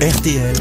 RTL,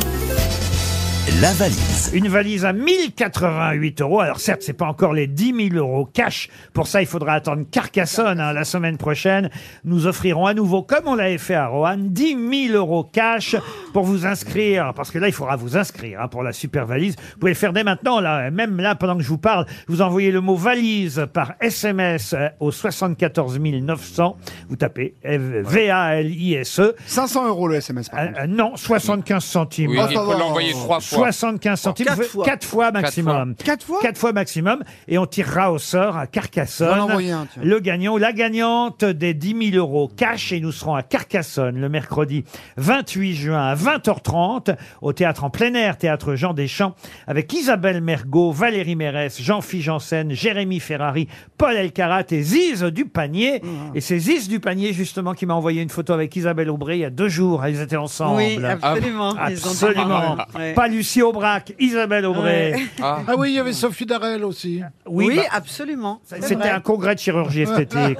la valise. Une valise à 1088 euros. Alors certes, c'est pas encore les 10 000 euros cash. Pour ça, il faudra attendre Carcassonne hein, la semaine prochaine. Nous offrirons à nouveau, comme on l'avait fait à Roanne, 10 000 euros cash pour vous inscrire. Parce que là, il faudra vous inscrire hein, pour la super valise. Vous pouvez le faire dès maintenant. Là, même là, pendant que je vous parle, vous envoyez le mot valise par SMS euh, au 74 900. Vous tapez V- V-A-L-I-S-E. 500 euros le SMS par Euh, contre. E. euh, non, 75 centimes. Oui, Ah, il ça faut va. l'envoyer trois fois. 75 centimes, Quatre Quatre fois. fois, maximum. Quatre fois Quatre fois maximum. Et on tirera au sort à On va Carcassonne l'envoyer un, tiens. le gagnant ou la gagnante des 10 000 euros cash. Et nous serons à Carcassonne le mercredi 28 juin à 20h30 au théâtre en plein air, théâtre Jean Deschamps, avec Isabelle Mergot, Valérie Mérès, Jean-Philippe Janssen, Jérémy Ferrari, Paul Elkarat et Ziz Dupanier. Mmh. Et c'est Ziz Dupanier justement qui m'a envoyé une photo avec Isabelle Aubray il y a deux jours. Ils étaient ensemble. Ah, Oui, absolument. Ils ont des Absolument. parents. Ouais. Pas Lucie Aubrac, Isabelle Aubray. Ouais. Ah. Ah oui, il y avait Sophie Darel aussi. Oui, bah, absolument. C'est c'était vrai. Oh. un congrès de chirurgie esthétique.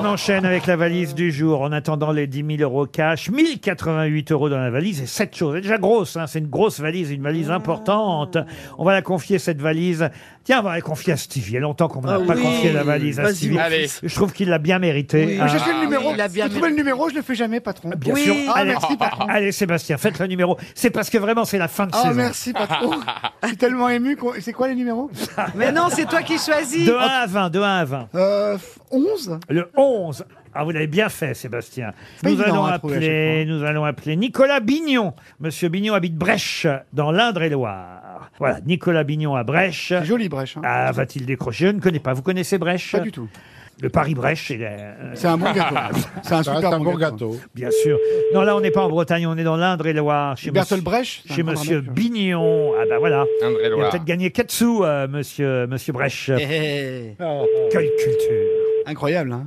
On enchaîne avec la valise du jour. En attendant les 10 000 euros cash, 1088 euros dans la valise et 7 choses. Elle est déjà grosse, hein, c'est une grosse valise, une Ah. valise importante. On va la confier, cette valise. Tiens, on va la confier à Stevie. Il y a longtemps qu'on n'a Ah pas oui. confié la valise à Vas-y, Stevie. mon Allez. Je trouve qu'il l'a bien mérité. Oui. Ah, J'ai fait le oui, numéro. il a bien J'ai trouvé le numéro, je le fais jamais, patron. bien Oui. sûr. Ah, allez, merci, patron. allez, Sébastien, faites le numéro. C'est parce que vraiment, c'est la fin Ah, de Oh saison. merci patron. Je suis tellement ému. qu'on- C'est quoi les numéros Mais non, c'est toi qui choisis. De 1 à 20, de 1 à 20. euh, f- 11 Le 11. Ah, vous l'avez bien fait, Sébastien. pas Nous allons, évident à trouver à appeler, chaque nous allons appeler Nicolas Bignon. Monsieur Bignon habite Brèche, dans l'Indre-et-Loire. Voilà, Nicolas Bignon à Brèche. C'est Joli brèche. hein. Ah, va-t-il décrocher Je ne connais pas. Vous connaissez Brèche Pas du tout. Le Paris-Brèche, il est, euh, C'est un bon gâteau. C'est un Ça reste super un bon gâteau. bien sûr. Non, là, on n'est pas en Bretagne, on est dans l'Indre-et-Loire. Chez Bertolt monsieur- Brecht, c'est un Chez grand Monsieur dramaturge. Bignon. Ah, bah voilà. Il a Indre-et-Loire. peut-être gagné 4 sous, euh, monsieur, monsieur Brèche. Eh, Quelle culture Incroyable. Hein.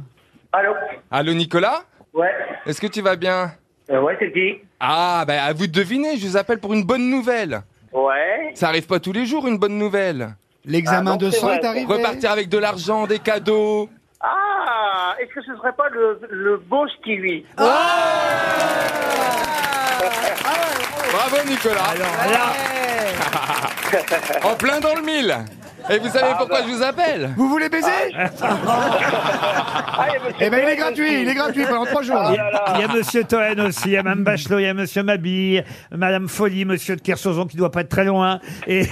Allô Allô, Nicolas Ouais, Est-ce que tu vas bien Euh, ouais, c'est qui Ah, bah, à vous de deviner, je vous appelle pour une bonne nouvelle. Ouais. Ça arrive pas tous les jours, une bonne nouvelle. L'examen Ah, non, de c'est sang vrai. est arrivé. Repartir avec de l'argent, des cadeaux. Ah, est-ce que ce serait pas le, le beau kiwi Bravo, Nicolas. Là, Ah En plein dans le mille. Et vous Ah, savez pourquoi bah. je vous appelle Ah, Vous voulez baiser Eh ben il est gratuit, il est gratuit pendant 3 jours. Il y a- il y a Monsieur Toen aussi, il y a Mme Bachelot, il y a Monsieur Mabille, Madame Folly, Monsieur de Kersauzon qui doit pas être très loin. Et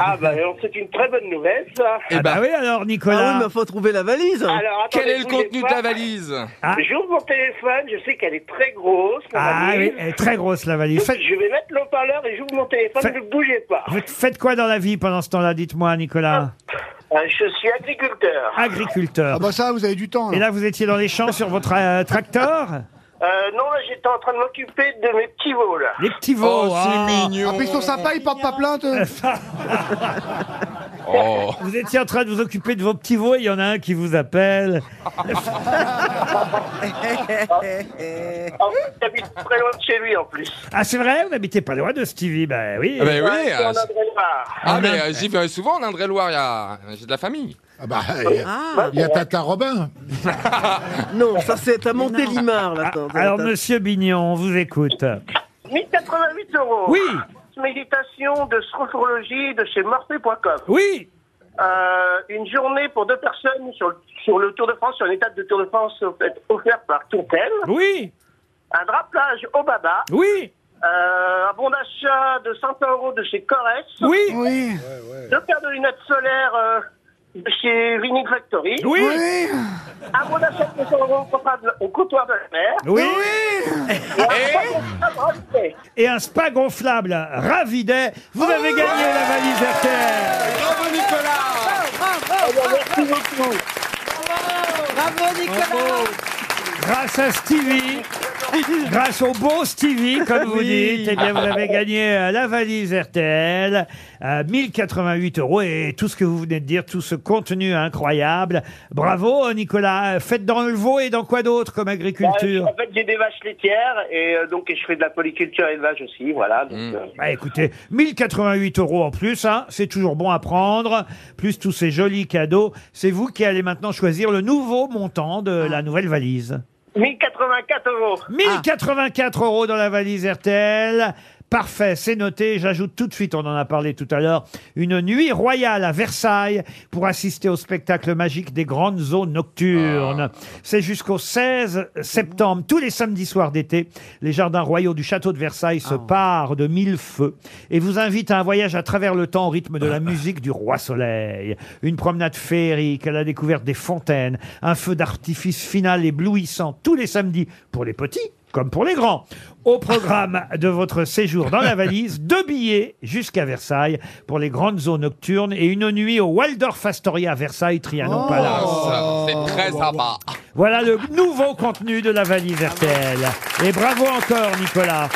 Ah, bah, alors, c'est une très bonne nouvelle, ça. Eh ah bah ben, oui alors Ah Nicolas. oui, mais faut trouver la valise. Alors, quel attendez, est le bougez contenu de pas. la valise Ah. J'ouvre mon téléphone, je sais qu'elle est très grosse. la Ah oui, valise. elle est très grosse la valise. Faites, Je vais mettre le haut-parleur et j'ouvre mon téléphone, Fait- ne bougez pas. vous faites quoi dans la vie pendant ce temps-là, dites-moi Nicolas. Euh, Je suis agriculteur. Ah Agriculteur. bah ça, vous avez du temps. là. Et là vous étiez dans les champs sur votre euh, tracteur Euh, non, là, j'étais en train de m'occuper de mes petits veaux, là. Les petits Oh, veaux. ah. c'est mignon. Ah, puis ils sont sympas, ils portent pas plainte. eux. Oh. Vous étiez en train de vous occuper de vos petits veaux, et il y en a un qui vous appelle. Eh, En fait, j'habite très loin de chez lui, en plus. Ah c'est vrai, vous n'habitez pas loin de Stevie, ben oui. Eh ben Ouais, oui. je suis en euh, c'est- Indre-et-Loire. Ah, mais euh, j'y vais souvent en Indre-et-Loire, il y a- j'ai de la famille. Ah bah, il y a- Ah, il y a Tata Robin. non, ça c'est à Montélimar. Là, Ah, alors Monsieur Bignon, on vous écoute. 1088 euros. Oui, Méditation de sophrologie de chez morphée.com. oui. Euh, une journée pour deux personnes sur, le- sur le Tour de France, sur une étape de Tour de France offerte, offerte par Tourtel. Oui, Un draplage au baba. oui, Euh, un bon d'achat de 100 euros de chez Corès. oui, Oui. Deux paires de lunettes solaires euh, de chez Vinyl Factory. oui, Oui. Un bon d'achat de 200 euros au comptoir de- au comptoir de la mer. oui. Eh. Ah, bravo, c'est- Et un spa gonflable Ravidet. Vous avez gagné la valise RTL. Bravo, Nicolas. Bravo Nicolas. Grâce à Stevie. Grâce au beau Stevie, comme vous Oui. dites, eh bien, vous avez gagné euh, la valise RTL à 1088 euros et tout ce que vous venez de dire, tout ce contenu incroyable. Bravo, euh, Nicolas. Faites dans le veau et dans quoi d'autre comme agriculture? En fait, j'ai des vaches laitières et euh, donc et je fais de la polyculture élevage aussi. Voilà. Donc, euh, Bah écoutez, 1088 euros en plus, hein, c'est toujours bon à prendre, plus tous ces jolis cadeaux. C'est vous qui allez maintenant choisir le nouveau montant de la nouvelle valise. 1084 euros. 1084 euros dans la valise RTL. Parfait, c'est noté. J'ajoute tout de suite, on en a parlé tout à l'heure, une nuit royale à Versailles pour assister au spectacle magique des grandes zones nocturnes. C'est jusqu'au 16 septembre, tous les samedis soirs d'été, les jardins royaux du château de Versailles se parent de mille feux et vous invitent à un voyage à travers le temps au rythme de la musique du roi soleil. Une promenade féerique à la découverte des fontaines, un feu d'artifice final éblouissant tous les samedis pour les petits comme pour les grands. Au programme de votre séjour dans la valise, deux billets jusqu'à Versailles pour les grandes zones nocturnes et une nuit au Waldorf Astoria à Versailles Trianon Palace. Ça, Oh, C'est très sympa. Voilà le nouveau contenu de la valise RTL. Et bravo encore Nicolas.